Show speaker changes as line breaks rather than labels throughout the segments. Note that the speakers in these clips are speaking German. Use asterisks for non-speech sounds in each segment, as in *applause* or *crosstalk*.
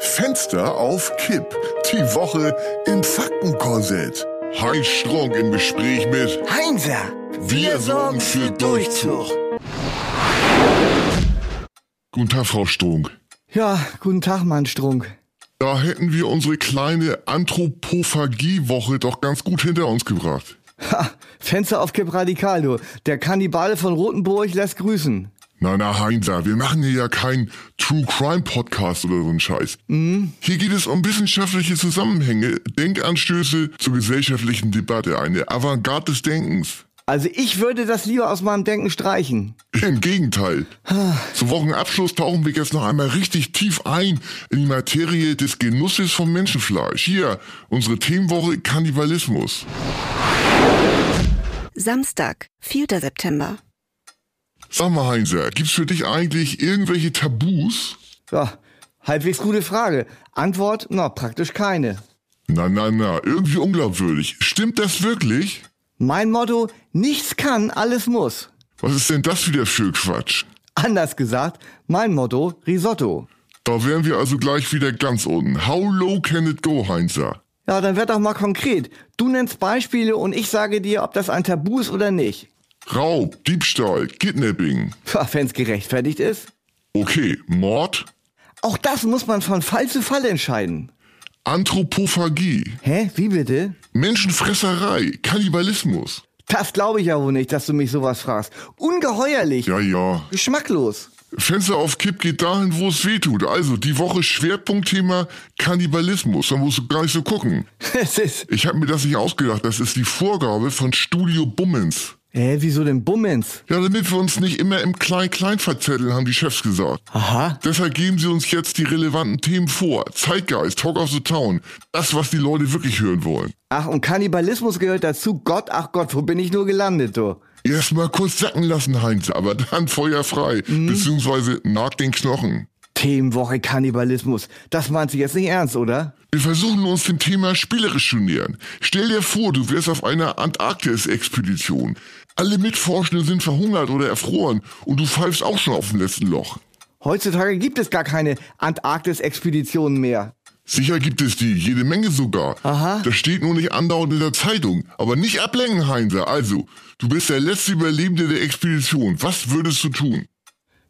Fenster auf Kipp. Die Woche im Faktenkorsett. Heinz Strunk im Gespräch mit
Heinzer,
Wir sorgen für Durchzug. Guten Tag, Frau Strunk.
Ja, guten Tag, Mann Strunk.
Da hätten wir unsere kleine Anthropophagie-Woche doch ganz gut hinter uns gebracht.
Ha, Fenster auf Kipp Radikal, du. Der Kannibale von Rotenburg lässt grüßen.
Na, na, Heinzer, wir machen hier ja keinen True Crime Podcast oder so einen Scheiß. Hier geht es um wissenschaftliche Zusammenhänge, Denkanstöße zur gesellschaftlichen Debatte, eine Avantgarde des Denkens.
Also ich würde das lieber aus meinem Denken streichen.
Im Gegenteil. Zum Wochenabschluss tauchen wir jetzt noch einmal richtig tief ein in die Materie des Genusses von Menschenfleisch. Hier, unsere Themenwoche Kannibalismus.
Samstag, 4. September.
Sag mal, Heinzer, gibt's für dich eigentlich irgendwelche Tabus?
Ja, halbwegs gute Frage. Antwort, na, praktisch keine.
Na, na, na, irgendwie unglaubwürdig. Stimmt das wirklich?
Mein Motto, nichts kann, alles muss.
Was ist denn das wieder für Quatsch?
Anders gesagt, mein Motto, Risotto.
Da wären wir also gleich wieder ganz unten. How low can it go, Heinzer?
Ja, dann werd doch mal konkret. Du nennst Beispiele und ich sage dir, ob das ein Tabu ist oder nicht.
Raub, Diebstahl, Kidnapping.
Pah, Wenn's gerechtfertigt ist.
Okay, Mord,
Auch das muss man von Fall zu Fall entscheiden.
Anthropophagie,
Hä? Wie bitte?
Menschenfresserei, Kannibalismus.
Das glaube ich ja wohl nicht, dass du mich sowas fragst. Ungeheuerlich.
Ja, ja.
Geschmacklos. *laughs*
Fenster auf Kipp geht dahin, wo es weh tut. Also, die Woche Schwerpunktthema Kannibalismus. Da musst du gar nicht so gucken.
Es ist.
Ich habe mir das nicht ausgedacht. Das ist die Vorgabe von Studio Bummens.
Hä, wieso denn Bummens?
Ja, damit wir uns nicht immer im Klein-Klein verzetteln, haben die Chefs gesagt.
Aha.
Deshalb geben sie uns jetzt die relevanten Themen vor. Zeitgeist, Talk of the Town. Das, was die Leute wirklich hören wollen.
Ach, und Kannibalismus gehört dazu. Gott, ach Gott, wo bin ich nur gelandet, du?
Erstmal kurz sacken lassen, Heinz, aber dann feuerfrei. Beziehungsweise nach den Knochen.
Themenwoche Kannibalismus. Das meinst du jetzt nicht ernst, oder?
Wir versuchen uns dem Thema spielerisch zu nähern. Stell dir vor, du wärst auf einer Antarktis-Expedition. Alle Mitforschenden sind verhungert oder erfroren und du pfeifst auch schon auf dem letzten Loch.
Heutzutage gibt es gar keine Antarktis-Expeditionen mehr.
Sicher gibt es die, jede Menge sogar.
Aha.
Das steht nur nicht andauernd in der Zeitung. Aber nicht ablenken, Heinzer. Also, du bist der letzte Überlebende der Expedition. Was würdest du tun?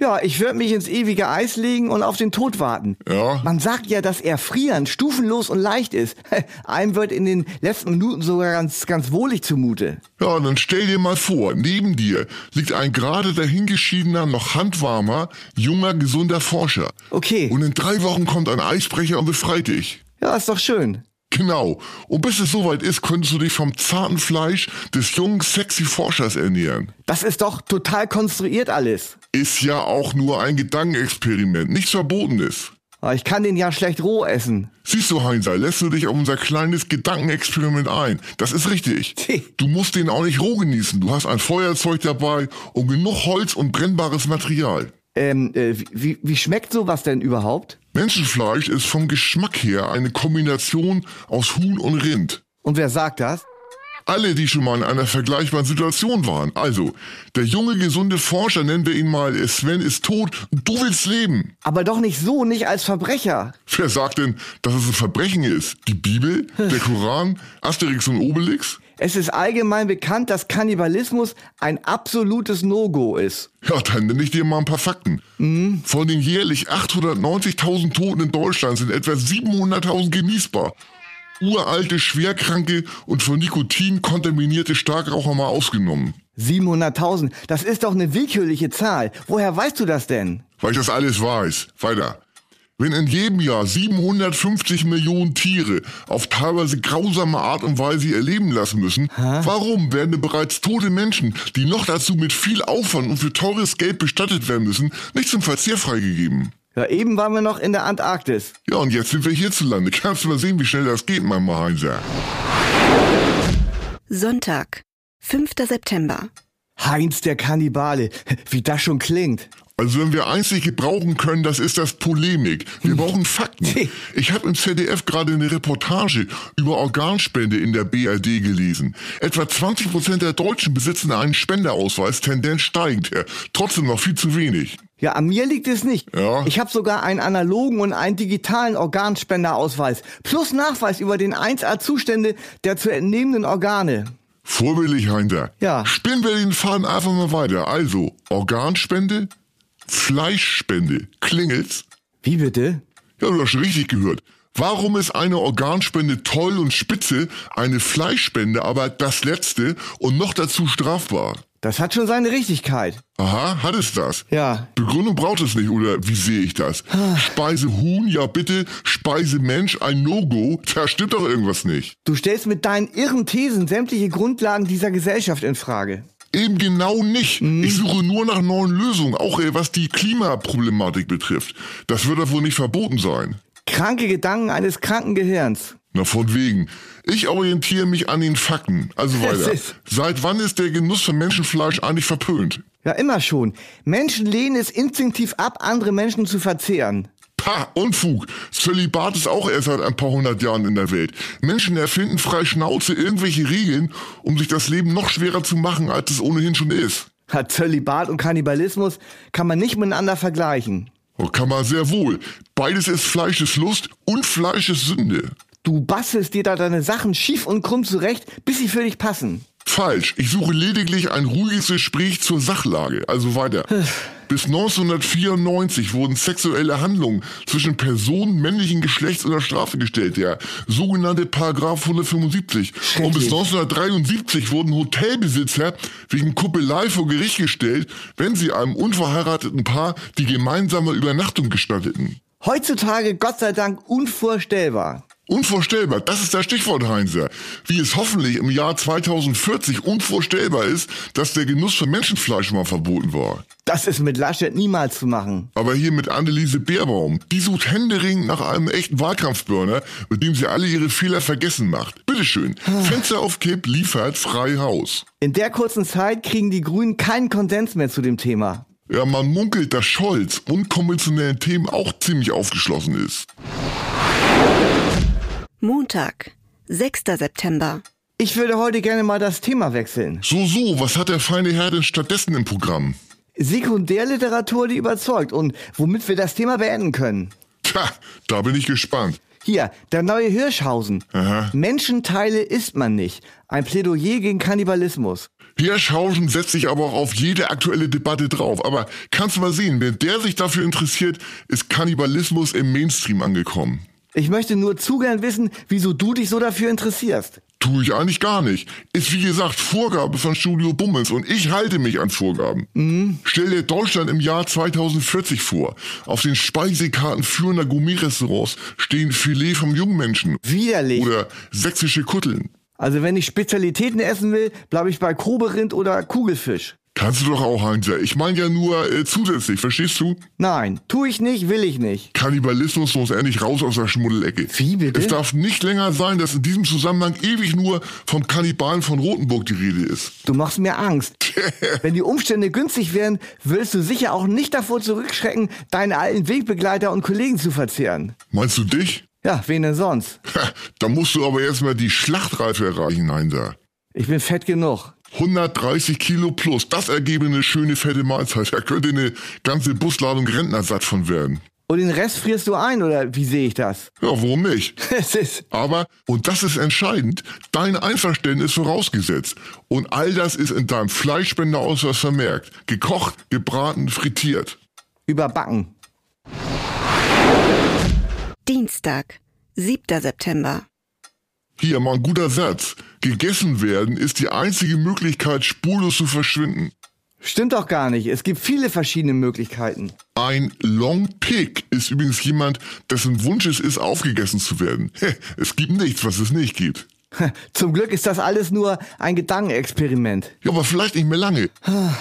Ja, ich würde mich ins ewige Eis legen und auf den Tod warten.
Ja.
Man sagt ja, dass Erfrieren stufenlos und leicht ist. *laughs* Einem wird in den letzten Minuten sogar ganz, ganz wohlig zumute.
Ja, dann stell dir mal vor, neben dir liegt ein gerade dahingeschiedener, noch handwarmer, junger, gesunder Forscher.
Okay.
Und in drei Wochen kommt ein Eisbrecher und befreit dich.
Ja, ist doch schön.
Genau. Und bis es soweit ist, könntest du dich vom zarten Fleisch des jungen, sexy Forschers ernähren.
Das ist doch total konstruiert alles.
Ist ja auch nur ein Gedankenexperiment, nichts Verbotenes.
Aber Ah, Ich kann den ja schlecht roh essen.
Siehst du, Heinzer, lässt du dich auf unser kleines Gedankenexperiment ein. Das ist richtig.
Tch.
Du musst den auch nicht roh genießen. Du hast ein Feuerzeug dabei und genug Holz und brennbares Material.
Ähm, äh, wie- wie, wie schmeckt sowas denn überhaupt?
Menschenfleisch ist vom Geschmack her eine Kombination aus Huhn und Rind.
Und wer sagt das?
Alle, die schon mal in einer vergleichbaren Situation waren. Also, der junge, gesunde Forscher, nennen wir ihn mal, Sven ist tot und du willst leben.
Aber doch nicht so, nicht als Verbrecher.
Wer sagt denn, dass es ein Verbrechen ist? Die Bibel, der Koran, Asterix und Obelix?
Es ist allgemein bekannt, dass Kannibalismus ein absolutes No-Go ist.
Ja, dann nenne ich dir mal ein paar Fakten. Von den jährlich 890.000 Toten in Deutschland sind etwa 700.000 genießbar. Uralte, schwerkranke und von Nikotin kontaminierte Starkraucher mal ausgenommen.
700.000, das ist doch eine willkürliche Zahl. Woher weißt du das denn?
Weil ich das alles weiß. Weiter. Wenn in jedem Jahr 750 Millionen Tiere auf teilweise grausame Art und Weise ihr Leben lassen müssen, warum werden denn bereits tote Menschen, die noch dazu mit viel Aufwand und für teures Geld bestattet werden müssen, nicht zum Verzehr freigegeben?
Ja, eben waren wir noch in der Antarktis.
Ja, und jetzt sind wir hierzulande. Kannst du mal sehen, wie schnell das geht, mein Heinzer?
Sonntag, 5. September.
Heinz der Kannibale, wie das schon klingt.
Also wenn wir eins nicht gebrauchen können, das ist das Polemik. Wir brauchen Fakten. Ich habe im ZDF gerade eine Reportage über Organspende in der BRD gelesen. Etwa 20% der Deutschen besitzen einen Spendeausweis, Tendenz steigend. Trotzdem noch viel zu wenig.
Ja, an mir liegt es nicht.
Ja.
Ich habe sogar einen analogen und einen digitalen Organspenderausweis. Plus Nachweis über den 1A-Zustände der zu entnehmenden Organe.
Vorbildlich, Heinter.
Ja.
Spinnen wir den Faden einfach mal weiter. Also, Organspende, Fleischspende. Klingelt's?
Wie bitte?
Ja, du hast schon richtig gehört. Warum ist eine Organspende toll und spitze, eine Fleischspende aber das letzte und noch dazu strafbar?
Das hat schon seine Richtigkeit.
Aha, hat es das?
Ja.
Begründung braucht es nicht, oder wie sehe ich das? Speise Huhn, ja bitte, Speise Mensch, ein No-Go, da stimmt doch irgendwas nicht.
Du stellst mit deinen irren Thesen sämtliche Grundlagen dieser Gesellschaft in Frage.
Eben genau nicht. Ich suche nur nach neuen Lösungen, auch äh, was die Klimaproblematik betrifft. Das wird doch wohl nicht verboten sein.
Kranke Gedanken eines kranken Gehirns.
Na, von wegen. Ich orientiere mich an den Fakten. Also
Das
weiter.
ist-
Seit wann ist der Genuss von Menschenfleisch eigentlich verpönt?
Ja, immer schon. Menschen lehnen es instinktiv ab, andere Menschen zu verzehren.
Pah, Unfug. Zölibat ist auch erst seit ein paar hundert Jahren in der Welt. Menschen erfinden frei Schnauze irgendwelche Regeln, um sich das Leben noch schwerer zu machen, als es ohnehin schon ist.
Ja, Zölibat und Kannibalismus kann man nicht miteinander vergleichen.
Oh, kann man sehr wohl. Beides ist Fleisches Lust und Fleisches Sünde.
Du bastelst dir da deine Sachen schief und krumm zurecht, bis sie für dich passen.
Falsch. Ich suche lediglich ein ruhiges Gespräch zur Sachlage. Also weiter. Bis 1994 wurden sexuelle Handlungen zwischen Personen männlichen Geschlechts unter Strafe gestellt, der sogenannte Paragraph 175. Und bis
Schrecklich.
1973 wurden Hotelbesitzer wegen Kuppelei vor Gericht gestellt, wenn sie einem unverheirateten Paar die gemeinsame Übernachtung gestatteten.
Heutzutage Gott sei Dank unvorstellbar.
Unvorstellbar, das ist das Stichwort, Heinzer. Wie es hoffentlich im Jahr 2040 unvorstellbar ist, dass der Genuss von Menschenfleisch mal verboten war.
Das ist mit Laschet niemals zu machen.
Aber hier mit Anneliese Beerbaum, die sucht händeringend nach einem echten Wahlkampfburner, mit dem sie alle ihre Fehler vergessen macht. Bitteschön, Fenster auf Kipp liefert frei Haus.
In der kurzen Zeit kriegen die Grünen keinen Konsens mehr zu dem Thema.
Ja, man munkelt, dass Scholz unkonventionellen Themen auch ziemlich aufgeschlossen ist.
Montag, 6. September.
Ich würde heute gerne mal das Thema wechseln.
So, so, was hat der feine Herr denn stattdessen im Programm?
Sekundärliteratur, die überzeugt und womit wir das Thema beenden können.
Tja, da bin ich gespannt.
Hier, der neue Hirschhausen.
Aha.
Menschenteile isst man nicht. Ein Plädoyer gegen Kannibalismus.
Hirschhausen setzt sich aber auch auf jede aktuelle Debatte drauf. Aber kannst du mal sehen, wenn der sich dafür interessiert, ist Kannibalismus im Mainstream angekommen.
Ich möchte nur zu gern wissen, wieso du dich so dafür interessierst.
Tue ich eigentlich gar nicht. Ist wie gesagt Vorgabe von Studio Bummens und ich halte mich an Vorgaben. Stell dir Deutschland im Jahr 2040 vor. Auf den Speisekarten führender Gourmet-Restaurants stehen Filet vom Jungmenschen
Widerlich.
oder sächsische Kutteln.
Also wenn ich Spezialitäten essen will, bleibe ich bei Koberind oder Kugelfisch.
Kannst du doch auch, Heinzer. Ich meine ja nur äh, zusätzlich, verstehst du?
Nein, tu ich nicht, will ich nicht.
Kannibalismus muss endlich raus aus der Schmuddelecke.
Wie bitte?
Es darf nicht länger sein, dass in diesem Zusammenhang ewig nur vom Kannibalen von Rothenburg die Rede ist.
Du machst mir Angst. Wenn die Umstände günstig wären, würdest du sicher auch nicht davor zurückschrecken, deine alten Wegbegleiter und Kollegen zu verzehren.
Meinst du dich?
Ja, wen denn sonst?
Ha, da musst du aber erstmal die Schlachtreife erreichen, Heinzer.
Ich bin fett genug.
130 Kilo plus, das ergebe eine schöne fette Mahlzeit. Da könnte eine ganze Busladung Rentner satt von werden.
Und den Rest frierst du ein, oder wie sehe ich das? *laughs*
Ja, warum nicht?
Es ist.
Aber, und das ist entscheidend, dein Einverständnis vorausgesetzt. Und all das ist in deinem Fleischspenderausweis vermerkt. Gekocht, gebraten, frittiert.
Überbacken.
Dienstag, 7. September.
Hier mal ein guter Satz. Gegessen werden ist die einzige Möglichkeit, spurlos zu verschwinden.
Stimmt doch gar nicht. Es gibt viele verschiedene Möglichkeiten.
Ein Long Pig ist übrigens jemand, dessen Wunsch es ist, aufgegessen zu werden. Es gibt nichts, was es nicht gibt.
*laughs* Zum Glück ist das alles nur ein Gedankenexperiment.
Ja, aber vielleicht nicht mehr lange.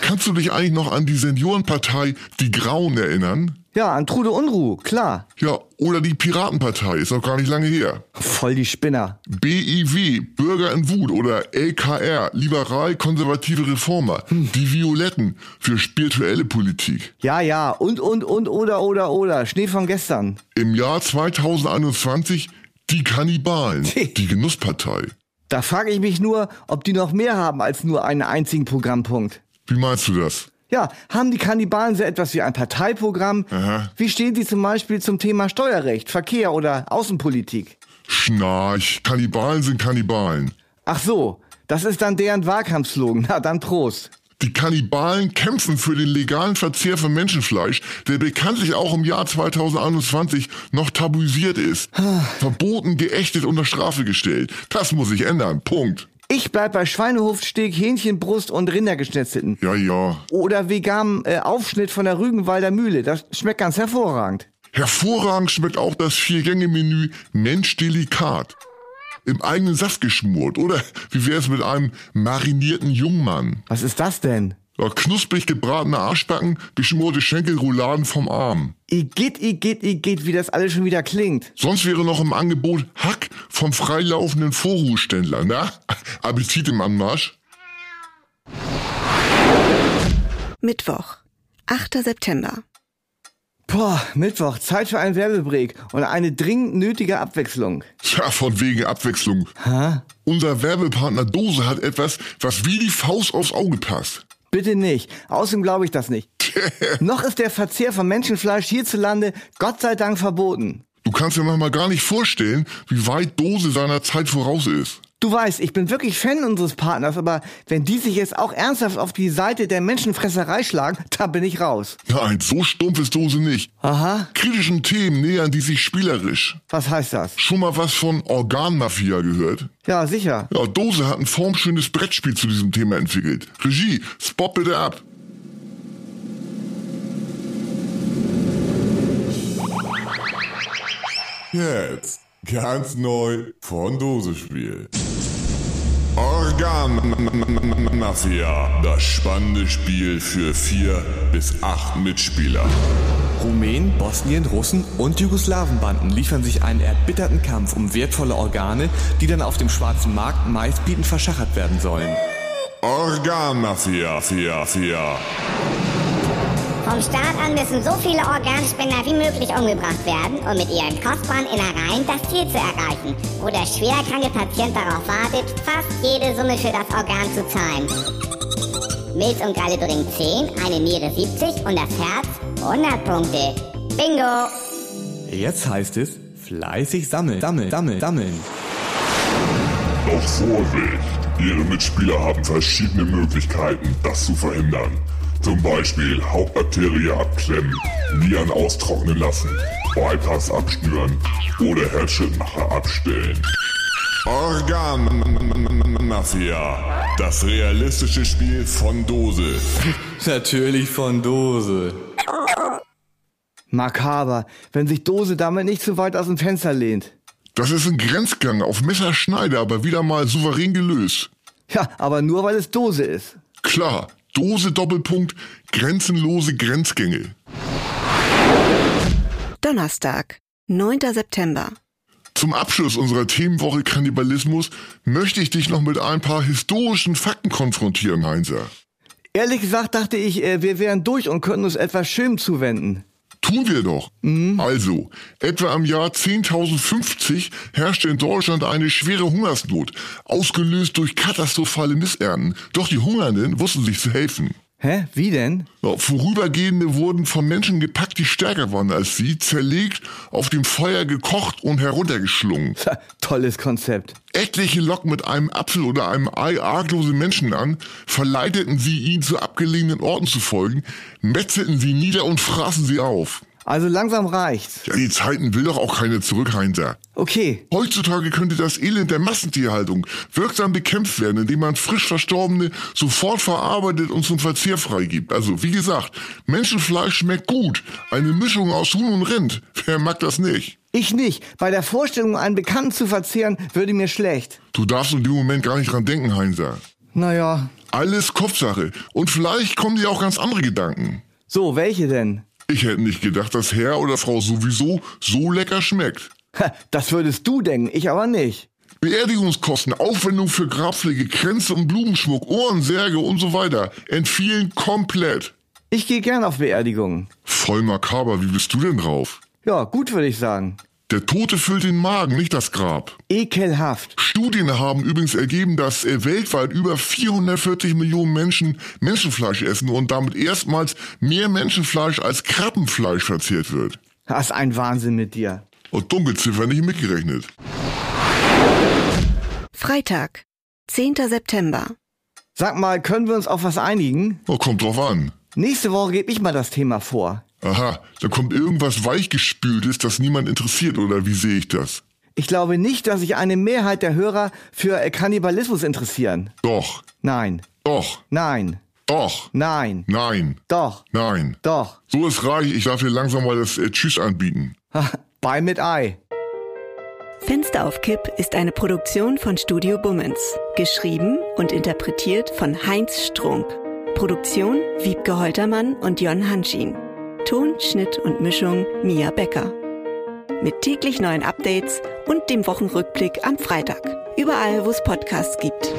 Kannst du dich eigentlich noch an die Seniorenpartei Die Grauen erinnern?
Ja, an Trude Unruh, klar.
Ja, oder die Piratenpartei, ist noch gar nicht lange her.
Voll die Spinner.
BIW, Bürger in Wut oder LKR, liberal-konservative Reformer. Die Violetten für spirituelle Politik.
Ja, ja, und, und, und, oder, oder, oder. Schnee von gestern.
Im Jahr 2021 die Kannibalen, die Genusspartei.
Da frage ich mich nur, ob die noch mehr haben als nur einen einzigen Programmpunkt.
Wie meinst du das?
Ja, haben die Kannibalen so etwas wie ein Parteiprogramm?
Aha.
Wie stehen sie zum Beispiel zum Thema Steuerrecht, Verkehr oder Außenpolitik?
Schnarch. Kannibalen sind Kannibalen.
Ach so, das ist dann deren Wahlkampfslogan. *laughs* Na dann Prost.
Die Kannibalen kämpfen für den legalen Verzehr von Menschenfleisch, der bekanntlich auch im Jahr 2021 noch tabuisiert ist. Verboten, geächtet, unter Strafe gestellt. Das muss sich ändern. Punkt.
Ich bleib bei Schweinehofsteg, Hähnchenbrust und Rindergeschnetzelten.
Ja, ja.
Oder veganem äh, Aufschnitt von der Rügenwalder Mühle. Das schmeckt ganz hervorragend.
Hervorragend schmeckt auch das Vier-Gänge-Menü Mensch Delikat. Im eigenen Saft geschmort, oder? Wie wär's mit einem marinierten Jungmann?
Was ist das denn?
Ja, knusprig gebratene Arschbacken, geschmorte Schenkelrouladen vom Arm.
Igitt, igitt, igitt, wie das alles schon wieder klingt.
Sonst wäre noch im Angebot Hack vom freilaufenden Vorruheständler. Na, Appetit im Anmarsch.
Mittwoch, 8. September.
Boah, Mittwoch, Zeit für einen Werbebreak und eine dringend nötige Abwechslung.
Tja, von wegen Abwechslung. Unser Werbepartner Dose hat etwas, was wie die Faust aufs Auge passt.
Bitte nicht. Außerdem glaube ich das nicht. Noch ist der Verzehr von Menschenfleisch hierzulande Gott sei Dank verboten.
Du kannst dir manchmal gar nicht vorstellen, wie weit Dose seiner Zeit voraus ist.
Du weißt, ich bin wirklich Fan unseres Partners, aber wenn die sich jetzt auch ernsthaft auf die Seite der Menschenfresserei schlagen, da bin ich raus.
Nein, so stumpf ist Dose nicht.
Aha,
Kritischen Themen nähern die sich spielerisch.
was heißt das?
Schon mal was von Organmafia gehört?
Ja, sicher.
Ja, Dose hat ein formschönes Brettspiel zu diesem Thema entwickelt. Regie, spot bitte ab.
Jetzt ganz neu von Dosespiel. Organ-Mafia. Das spannende Spiel für vier bis acht Mitspieler.
Rumänen, Bosnien, Russen und Jugoslawenbanden liefern sich einen erbitterten Kampf um wertvolle Organe, die dann auf dem schwarzen Markt meist bieten verschachert werden sollen.
Organ-Mafia, Fia, Fia.
Vom Staat an müssen so viele Organspender wie möglich umgebracht werden, um mit ihren kostbaren Innereien das Ziel zu erreichen, wo der schwerkranke Patient darauf wartet, fast jede Summe für das Organ zu zahlen. Milz und Galle bringen 10, eine Niere 70 und das Herz 100 Punkte. Bingo!
Jetzt heißt es, fleißig sammeln, sammeln, sammeln, sammeln.
Doch Vorsicht! Ihre Mitspieler haben verschiedene Möglichkeiten, das zu verhindern. Zum Beispiel Hauptarterie abklemmen, Nieren austrocknen lassen, Bypass abschnüren oder Herzschrittmacher abstellen. Organ-Mafia. Das realistische Spiel von Dose.
Natürlich von Dose.
Makaber, wenn sich Dose damit nicht zu weit aus dem Fenster lehnt.
Das ist ein Grenzgang auf Messerschneider, aber wieder mal souverän gelöst.
Ja, aber nur weil es Dose ist.
Klar, Dose Doppelpunkt, grenzenlose Grenzgänge.
Donnerstag, 9. September.
Zum Abschluss unserer Themenwoche Kannibalismus möchte ich dich noch mit ein paar historischen Fakten konfrontieren, Heinzer.
Ehrlich gesagt dachte ich, äh, wir wären durch und könnten uns etwas Schönem zuwenden.
Tun wir doch. Also, etwa im Jahr 10.050 herrschte in Deutschland eine schwere Hungersnot, ausgelöst durch katastrophale Missernten. Doch die Hungernden wussten sich zu helfen.
Hä? Wie denn?
Ja, Vorübergehende wurden von Menschen gepackt, die stärker waren als sie, zerlegt, auf dem Feuer gekocht und heruntergeschlungen.
Tja, Tolles Konzept. Also langsam reicht's.
Ja, die Zeiten will doch auch keine zurück, Heinzer.
Okay,
Heutzutage könnte das Elend der Massentierhaltung wirksam bekämpft werden, indem man frisch Verstorbene sofort verarbeitet und zum Verzehr freigibt. Also, wie gesagt, Menschenfleisch schmeckt gut. Eine Mischung aus Huhn und Rind. *laughs* Wer mag das nicht?
ich nicht. Bei der Vorstellung, einen Bekannten zu verzehren, würde mir schlecht.
Du darfst in dem Moment gar nicht dran denken, Heinzer.
Naja.
Alles Kopfsache. Und vielleicht kommen dir auch ganz andere Gedanken.
So, welche denn?
Ich hätte nicht gedacht, dass Herr oder Frau sowieso so lecker schmeckt.
Ha, das würdest du denken, ich aber nicht.
Beerdigungskosten, Aufwendung für Grabpflege, Kränze und Blumenschmuck, Ohren, Särge und so weiter entfielen komplett.
Ich gehe gern auf Beerdigungen.
Voll makaber, wie bist du denn drauf?
Ja, gut würde ich sagen.
Der Tote füllt den Magen, nicht das Grab.
Ekelhaft.
Studien haben übrigens ergeben, dass äh, weltweit über 440 Millionen Menschen Menschenfleisch essen und damit erstmals mehr Menschenfleisch als Krabbenfleisch verzehrt wird.
Das ist ein Wahnsinn mit dir.
Und Dunkelziffer nicht mitgerechnet.
Freitag, 10. September.
Sag mal, können wir uns auf was einigen?
Oh, kommt drauf an.
Nächste Woche gebe ich mal das Thema vor.
Aha, da kommt irgendwas weichgespültes, das niemand interessiert, oder wie sehe ich das?
Ich glaube nicht, dass sich eine Mehrheit der Hörer für äh, Kannibalismus interessieren.
Doch,
Nein,
doch,
nein,
doch,
nein,
nein,
doch,
nein.
doch. *laughs*
So ist reich, ich darf dir langsam mal das äh, Tschüss anbieten.
Bei mit Ei.
Fenster auf Kipp ist eine Produktion von Studio Bummens. Geschrieben und interpretiert von Heinz Strunk. Produktion Wiebke Holtermann und Jon Hanschin. Ton, Schnitt und Mischung Mia Becker. Mit täglich neuen Updates und dem Wochenrückblick am Freitag. Überall, wo es Podcasts gibt.